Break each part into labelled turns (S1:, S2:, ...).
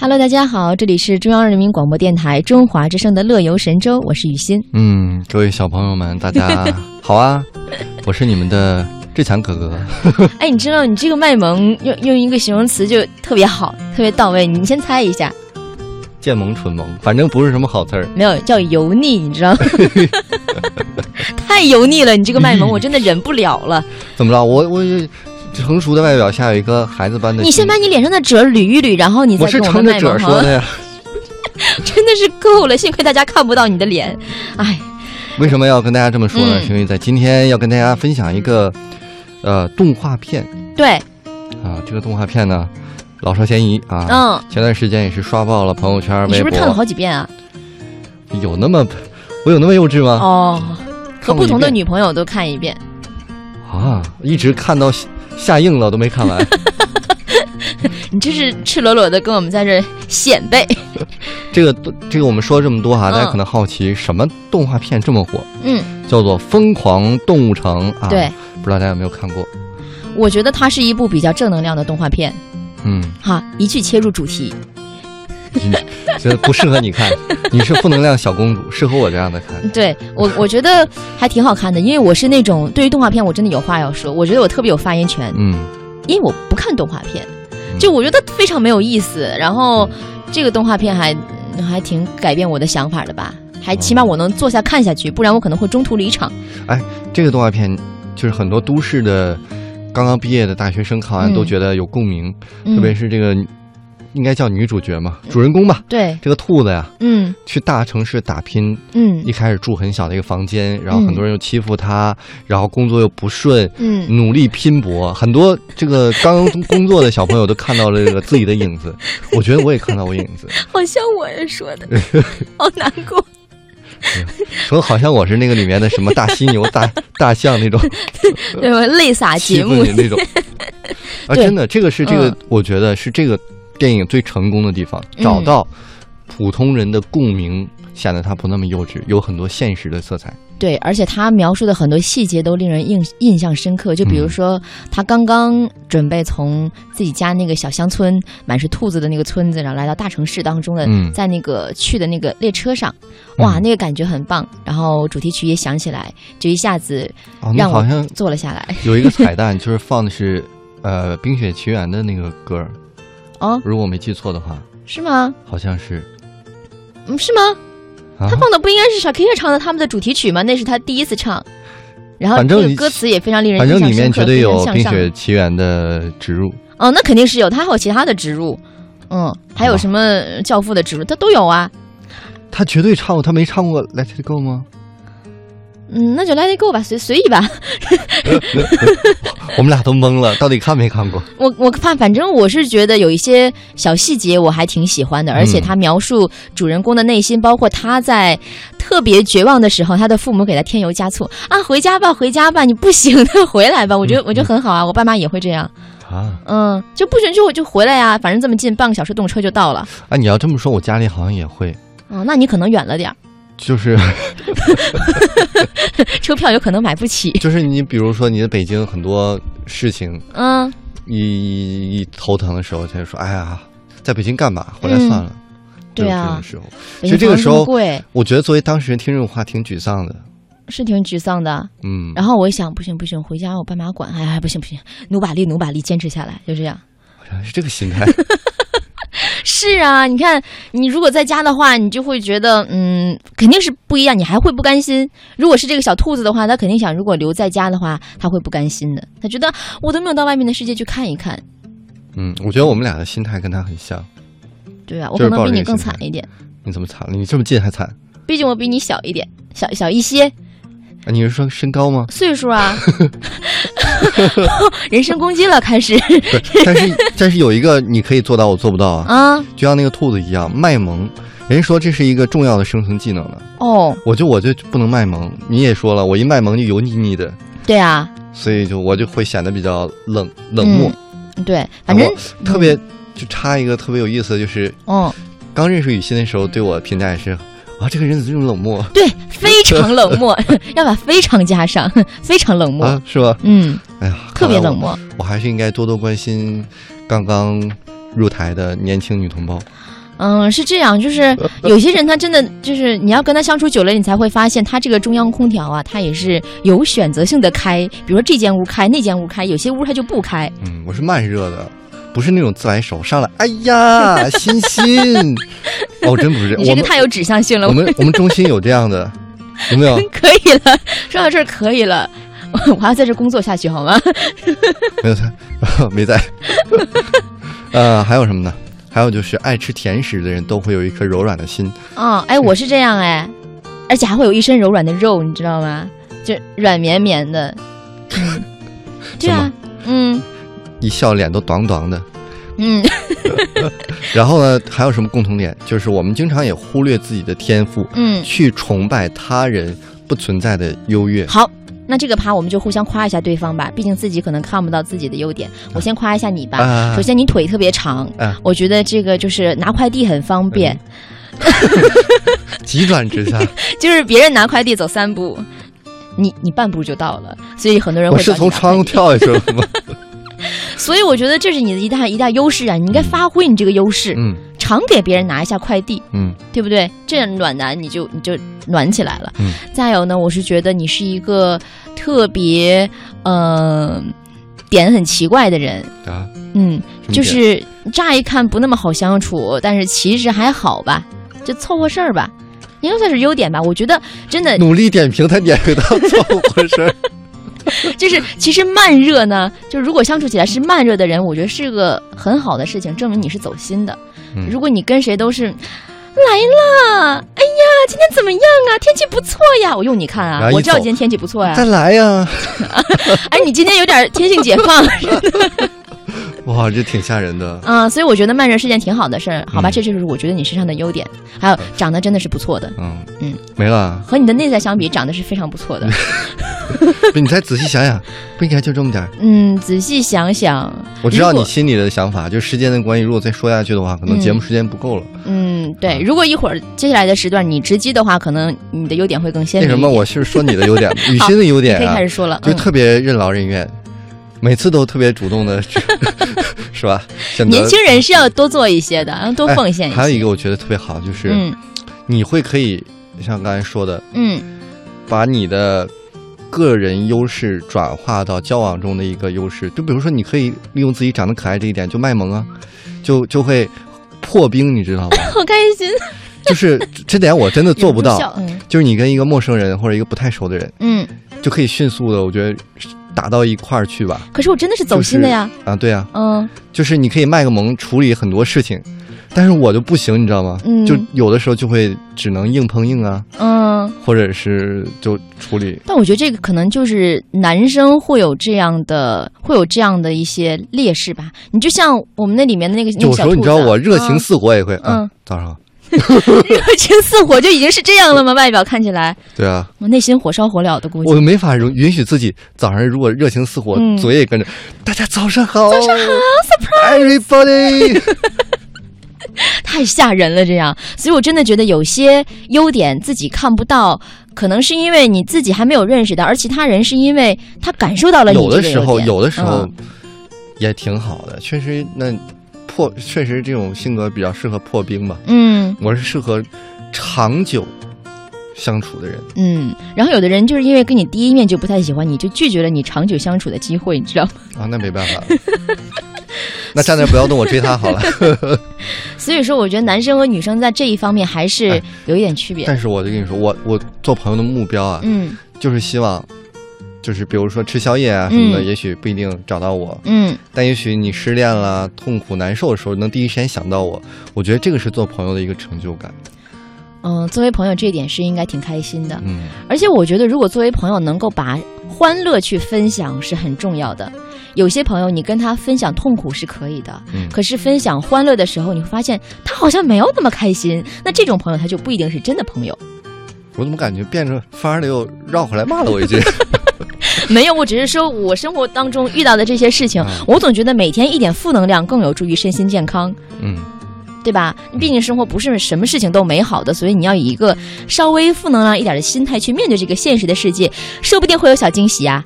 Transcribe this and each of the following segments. S1: Hello，大家好，这里是中央人民广播电台中华之声的《乐游神州》，我是雨 欣。
S2: 嗯，各位小朋友们，大 家好啊！我是你们的志强哥哥。
S1: 哎，你知道你这个卖萌用用一个形容词就特别好，特别到位。你先猜一下，
S2: 贱萌、蠢萌，反正不是什么好词儿。
S1: 没有叫油腻，你知道 吗？太油腻了，你这个卖 萌我真的忍不了了。
S2: 怎么着？我我成熟的外表下有一个孩子般的心。
S1: 你先把你脸上的褶捋一捋，然后你
S2: 我
S1: 再
S2: 是
S1: 跟我
S2: 乘
S1: 们
S2: 着
S1: 卖萌
S2: 褶
S1: 好
S2: 说
S1: 吗？
S2: 的呀。
S1: 真的是够了，幸亏大家看不到你的脸。哎，
S2: 为什么要跟大家这么说呢？
S1: 嗯
S2: 是因为在今天要跟大家分享一个呃动画片
S1: 对，
S2: 啊，这个动画片呢，老少咸宜啊。
S1: 嗯，
S2: 前段时间也是刷爆了朋友圈、
S1: 你
S2: 微
S1: 是
S2: 博
S1: 不是，看了好几遍啊？
S2: 有那么我有那么幼稚吗？
S1: 哦，和
S2: 啊看过
S1: 不
S2: 一
S1: 同的
S2: 遍
S1: 女朋友都看一遍。
S2: 啊，一直看到下下映了都没看完。
S1: 你这
S2: 嗯
S1: 是赤裸裸的跟我们在这儿显摆。
S2: 这个这个我们说这么多哈，
S1: 嗯
S2: 大家可能好奇什么动画片这么火，
S1: 嗯，
S2: 叫做《疯狂动物城》啊？
S1: 对，，
S2: 不知道大家有没有看过？
S1: 我觉得它是一部比较正能量的动画片。
S2: 嗯，
S1: 哈，一句切入主题，
S2: 你觉得不适合你看，你是负能量小 公主，适合我这样的看。
S1: 对 我我觉得还挺好看的，因为我是那种对于动画片我真的有话要说，我觉得我特别有发言权，
S2: 嗯，
S1: 因为我不看动画片，就我觉得非常没有意思。然后这个动画片还嗯还挺改变我的想法的吧，还起码我能坐下看下去，不然我可能会中途离场。
S2: 这个动画片就是很多都市的刚刚毕业的大学生看完
S1: 嗯
S2: 都觉得有共鸣，
S1: 嗯
S2: 特别是这个应该叫女主角嘛，主人公吧，
S1: 对，
S2: 这个兔子呀，
S1: 嗯
S2: 去大城市打拼，
S1: 嗯
S2: 一开始住很小的一个房间，然后
S1: 嗯
S2: 很多人又欺负她，然后工作又不顺，
S1: 嗯，
S2: 努力拼搏，很多这个刚工作的小朋友都看到了这个自己的影子。我觉得我也看到我影子，
S1: 好像我也说 的，好难过。
S2: 说好像我是那个里面的什么大犀牛、大大象 那种
S1: 对吧？呃泪洒
S2: 欺
S1: 节
S2: 负
S1: 目
S2: 你，那种。啊，
S1: 对
S2: 真的，这个是这个
S1: 嗯，
S2: 我觉得是这个电影最成功的地方，找到普通人的共鸣，显得它不那么幼稚，有很多现实的色彩。
S1: 对，而且他描述的很多细节都令人印印象深刻。就比如
S2: 嗯
S1: 说，他刚刚准备从自己家那个小乡村，满是兔子的那个村子，然后来到大城市当中的，
S2: 嗯
S1: 在那个去的那个列车上，哇，
S2: 嗯
S1: 那个感觉很棒。然后主题曲也响起来，就一下子
S2: 哦，那
S1: 让
S2: 好
S1: 我
S2: 像
S1: 坐了下来。
S2: 有一个彩蛋，就是放的是呃《冰雪奇缘》的那个歌儿，
S1: 哦，
S2: 如果我没记错的话，
S1: 是吗？
S2: 好 像是。
S1: 嗯，是吗？
S2: 啊
S1: 他。放的不应该是 Shakira 唱的他们的主题曲吗？那是他第一次唱。然后
S2: 反
S1: 这
S2: 正
S1: 个
S2: 你
S1: 歌词也非常令人
S2: 反
S1: 印象
S2: 正
S1: 深刻，
S2: 里面绝对
S1: 非常
S2: 有《
S1: 向
S2: 冰
S1: 上
S2: 雪奇缘》的植入，
S1: 哦，那肯定是有，它还有其他的植入，嗯，还有
S2: 哇
S1: 什么呃教父的植入，它都有啊。
S2: 他绝对唱过，他没唱过《Let It Go》吗？
S1: 嗯，那就 Let It Go 吧，随随意吧。
S2: 我们俩都懵了，到底看没看过？
S1: 我我看，反正我是觉得有一些小细节我还挺喜欢的，而且
S2: 嗯
S1: 他描述主人公的内心，包括他在特别绝望的时候，他的父母给他添油加醋啊，回家吧，回家吧，你不行的， 回来吧。我觉得我觉得很好啊，我爸妈也会这样，
S2: 啊，
S1: 嗯，就不准许我就回来呀、反正这么近，半个小时动车就到了。
S2: 哎，你要这么说，我家里好像也会，
S1: 嗯，那你可能远了点儿，
S2: 就是。
S1: 车票有可能买不起
S2: 就是你，比如说你在北京很多事情
S1: 嗯，
S2: 一一头疼的时候，他就说：“哎呀，在北京干嘛？回来算了。
S1: 嗯
S2: 就
S1: 对
S2: 有
S1: 啊
S2: 这种时候，
S1: 北
S2: 其
S1: 京
S2: 实这个
S1: 房子
S2: 时
S1: 么
S2: 候
S1: 贵。
S2: 我觉得作为当事人听这种话挺沮丧的。
S1: 是挺沮丧的。
S2: 嗯，
S1: 然后我一想，不行不行，回家我爸妈管，哎哎不行不行，努把力努把力，坚持下来，就这样。
S2: 原来是这个心态。
S1: 是啊，你看你如果在家的话，你就会觉得嗯，肯定是不一样，你还会不甘心。如果是这个小兔子的话，他肯定想，如果留在家的话，他会不甘心的。他觉得我都没有到外面的世界去看一看，
S2: 嗯，我觉得我们俩的心态跟他很像。
S1: 对啊吧？我可
S2: 就是
S1: 能
S2: 抱
S1: 比
S2: 着
S1: 你
S2: 这个
S1: 更
S2: 心态
S1: 惨一点，
S2: 你怎么惨了？你这么近还惨？
S1: 毕竟我比你小一点，小小一些
S2: 啊你是说身高吗？
S1: 岁数 啊， 人身攻击了开始
S2: 但是但是有一个你可以做到，我做不到 啊，
S1: 啊
S2: 就像那个兔子一样卖萌。人家说这是一个重要的生存技能呢，
S1: 哦，
S2: 我就我就不能卖萌。你也说了，我一卖萌就油腻腻的，
S1: 对啊，
S2: 所以就我就会显得比较冷冷漠。
S1: 对，嗯反正
S2: 然后特别就插一个特别有意思的，就是
S1: 嗯。
S2: 刚认识雨欣的时候，对我评价也是啊，这个人怎么这么冷漠
S1: 对， 非常冷漠， 要把非常加上，非常冷漠，
S2: 啊，是吧？
S1: 嗯，
S2: 哎呀，
S1: 特别
S2: 看来我
S1: 冷漠。
S2: 我还是应该多多关心刚刚入台的年轻女同 胞。
S1: 嗯，是这样，就是
S2: 呃
S1: 有些人他真的就是你要跟他相处久了，你才会发现他这个中央空调啊，他也是有选择性的开，比如说这间屋开，那间屋开，有些屋他就不开。
S2: 嗯，我是慢热的，不是那种自来熟上来，哎 呀，欣欣，哦，真不是，
S1: 你这个
S2: 我们
S1: 太有指向性了，
S2: 我们我们中心有这 样的，有没有？
S1: 可以了， 说到这儿可以了， 我还要在这工作下去好吗？
S2: 没有在，没在。 呃，还有什么呢？还有就是爱吃甜食的人都会有一颗柔软的心。
S1: 嗯，哎，我是这样哎，而且还会有一身柔软的肉，你知道吗？就软绵绵的， 嗯，对啊，嗯
S2: 一笑脸都短短的，
S1: 嗯，
S2: 然后呢，还有什么共同点？就是我们经常也忽略自己的天赋，
S1: 嗯，
S2: 去崇拜他人不存在的优越。
S1: 好。那这个趴我们就互相夸一下对方吧，毕竟自己可能看不到自己的优点。我先夸一下你吧，
S2: 啊
S1: 首先你腿特别长，
S2: 啊
S1: 我觉得这个就是拿快递很方便，
S2: 嗯 急转直下，
S1: 就是别 人拿快递走三步，你你半步就到了，所以很多人
S2: 我
S1: 会
S2: 是
S1: 找你
S2: 从
S1: 拿快
S2: 窗户
S1: 递
S2: 跳下去了吗？
S1: 所以我觉得这是你的一大一大优势啊，你应该发挥你这个优势，
S2: 嗯
S1: 常给别人拿一下快递，
S2: 嗯，
S1: 对不对？这样暖男你就你就暖起来了。
S2: 嗯
S1: 再有呢，我是觉得你是一个特别呃点很奇怪的人，
S2: 啊，
S1: 嗯，
S2: 什么
S1: 就
S2: 点
S1: 是乍一看不那么好相处，但是其实还好吧，就凑合事儿吧，应该算是优点吧。我觉得真的
S2: 努力点评他点回到错误事儿。
S1: 就是其实慢热呢，就如果相处起来是慢热的人，我觉得是个很好的事情，证明你是走心的。
S2: 嗯
S1: 如果你跟谁都是。来啦！哎呀，今天怎么样啊？天气不错呀！我用你看啊
S2: 然，后
S1: 我
S2: 一
S1: 知道
S2: 走
S1: 今天天气不错呀。
S2: 再来呀、
S1: 哎，你今天有点天性解 放
S2: 哇，这挺吓人的。
S1: 啊，所以我觉得慢热是件挺好的事儿，好吧？
S2: 嗯
S1: 这就是我觉得你身上的优点，还有长得真的是不错的，
S2: 嗯
S1: 嗯
S2: 嗯，没了。
S1: 和你的内在相比，长得是非常不错 的。
S2: 不，你再仔细想想，不应该就这么点儿。
S1: 嗯，仔细想想，
S2: 我知道
S1: 如
S2: 你
S1: 果
S2: 心里的想法，就是时间的关系，如果再说下去的话，可能节目时间不够了。
S1: 嗯，对，如果一会儿接下来的时段你直击的话，可能你的优点会更鲜
S2: 那
S1: 明一
S2: 什
S1: 点。
S2: 么，我是说你的优 点，雨欣的优
S1: 你
S2: 点
S1: 可以
S2: 啊
S1: 开，始说了，
S2: 就
S1: 嗯，
S2: 特别任劳任怨，每次都特别主动的， 是吧？选择
S1: 年轻人是要多做一些的，然后多
S2: 哎
S1: 奉献一些。
S2: 还有一个我觉得特别好，就是、
S1: 嗯
S2: 你会可以像刚才说的，
S1: 嗯
S2: 把你的个人优势转化到交往中的一个优势。就比如说，你可以利用自己长得可爱这一点，就卖萌啊，就就会破冰，你知道吗？
S1: 好开心，
S2: 就是这点我真的做不
S1: 忍住
S2: 到。
S1: 笑嗯
S2: 就是你跟一个陌生人或者一个不太熟的人，
S1: 嗯，
S2: 就可以迅速的，我觉得打到一块儿去吧。
S1: 可是我真的是走心的呀，
S2: 啊，对啊，
S1: 嗯
S2: 就是你可以卖个萌，处理很多事情，但是我就不行，你知道吗？
S1: 嗯
S2: 就有的时候就会只能硬碰硬啊，
S1: 嗯。
S2: 或者是就处理。
S1: 但我觉得这个可能就是男生会有这样的，会有这样的一些劣势吧。你就像我们那里面的那个那
S2: 有
S1: 个
S2: 时
S1: 小
S2: 候
S1: 兔子啊，
S2: 你知道 我热情
S1: 嗯
S2: 似火也会，
S1: 嗯
S2: 啊，早上好，
S1: 热情似火就已经是这样了吗？外表看起来，
S2: 对啊，
S1: 我内心火烧火燎的估计。
S2: 我没法容允许自己早上如果热情似火，
S1: 嗯
S2: 嘴也跟着，大家早上好，早上好，surprise，everybody，
S1: 太吓人了，这样，所以我真的觉得有些优点自己看不到，可能是因为你自己还没有认识到，而其他人是因为他感受 到了你
S2: 有的
S1: 这个
S2: 时
S1: 优
S2: 候
S1: 点
S2: 有的时候
S1: 嗯
S2: 也挺好的，确实那破确实这种性格比较适合破冰吧，
S1: 嗯
S2: 我是适合长久相处的人。
S1: 嗯，然后有的人就是因为跟你第一面就不太喜欢你，就拒绝了你长久相处的机会，你知道吗？
S2: 啊，那没办法了。那站那儿不要动，我追他好了。
S1: 所以说，我觉得男生和女生在这一方面还是
S2: 哎
S1: 有一点区别。
S2: 但是我就跟你说，我我做朋友的目标啊，
S1: 嗯
S2: 就是希望，就是比如说吃宵夜啊什么的，
S1: 嗯
S2: 也许不一定找到我，
S1: 嗯
S2: 但也许你失恋了、痛苦难受的时候，能第一时间想到我。我觉得这个是做朋友的一个成就感。
S1: 嗯、作为朋友，这一点是应该挺开心的。
S2: 嗯，
S1: 而且我觉得，如果作为朋友能够把欢乐去分享是很重要的。有些朋友，你跟他分享痛苦是可以的，
S2: 嗯
S1: 可是分享欢乐的时候，你会发现他好像没有那么开心。那这种朋友，他就不一定是真的朋友。
S2: 我怎么感觉变成反而又绕回来骂了我 一句？
S1: 没有，我只是说我生活当中遇到的这些事情，
S2: 啊
S1: 我总觉得每天一点负能量更有助于身心健康，
S2: 嗯，
S1: 对吧？毕竟生活不是什么事情都美好的，所以你要以一个稍微负能量一点的心态去面对这个现实的世界，说不定会有小惊喜啊。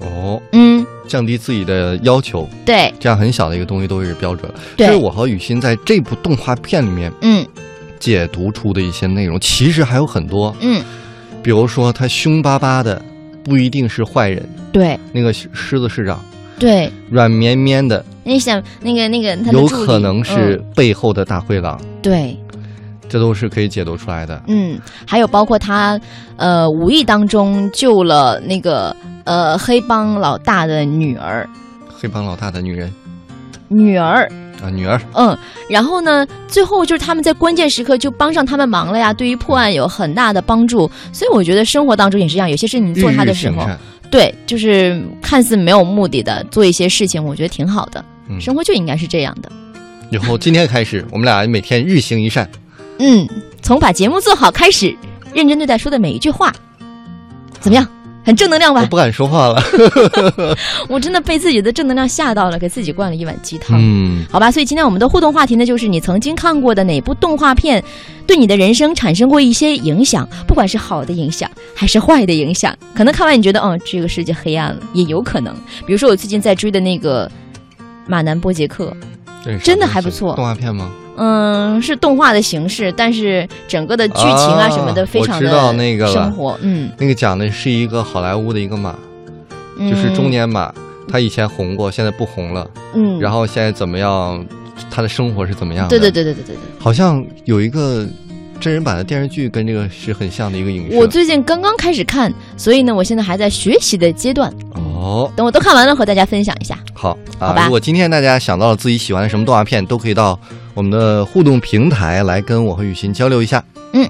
S2: 哦，
S1: 嗯，
S2: 降低自己的要求，
S1: 对
S2: 这样很小的一个东西都是标准。这是
S1: 对，
S2: 我和雨欣在这部动画片里面
S1: 嗯
S2: 解读出的一些内容，其实还有很多，
S1: 嗯，
S2: 比如说他凶巴巴的不一定是坏人，
S1: 对
S2: 那个狮子市长
S1: 对，
S2: 软绵绵的
S1: 那想那个那个他的
S2: 有
S1: 助理
S2: 可能是
S1: 嗯
S2: 背后的大灰狼，
S1: 对，
S2: 这都是可以解读出来的。
S1: 嗯，还有包括他呃无意当中救了那个呃黑帮老大的女儿，
S2: 黑帮老大的女人
S1: 女儿
S2: 啊，女儿
S1: 嗯，然后呢，最后就是他们在关键时刻就帮上他们忙了呀，对于破案有很大的帮助。所以我觉得生活当中也是这样，有些事你
S2: 日
S1: 做它
S2: 日
S1: 的时
S2: 行
S1: 候，
S2: 善，
S1: 对，就是看似没有目的的做一些事情，我觉得挺好的。
S2: 嗯，
S1: 生活就应该是这样的。
S2: 以后今天开始，我们俩每天日行一善。
S1: 嗯，从把节目做好开始，认真对待说的每一句话，怎么样？很正能量
S2: 我
S1: 吧？
S2: 不敢说话了。
S1: 我真的被自己的正能量吓到了，给自己灌了一碗鸡汤。
S2: 嗯，
S1: 好吧，所以今天我们的互动话题呢，就是你曾经看过的哪部动画片，对你的人生产生过一些影响，不管是好的影响还是坏的影响。可能看完你觉得，嗯，这个世界黑暗了，也有可能。比如说我最近在追的那个马南波杰克，
S2: 这是啥
S1: 真的
S2: 东
S1: 还不
S2: 西
S1: 错
S2: 动画片吗？
S1: 嗯，是动画的形式，但是整个的剧情啊
S2: 啊
S1: 什么的非常
S2: 我知道
S1: 的
S2: 那个了
S1: 生活，嗯，
S2: 那个讲的是一个好莱坞的一个马，就是中年马，他以前红过，现在不红了，
S1: 嗯，嗯，
S2: 然后现在怎么样，他的生活是怎么样的？
S1: 对对，对对对对对。
S2: 好像有一个真人版的电视剧跟这个是很像的一个影视。
S1: 我最近刚刚开始看，所以呢，我现在还在学习的阶段。
S2: 哦，
S1: 等我都看完了，和大家分享一下。
S2: 好
S1: 好
S2: 啊！
S1: 吧
S2: 如果今天大家想到了自己喜欢的什么动画片，都可以到我们的互动平台来跟我和雨欣交流一下。
S1: 嗯，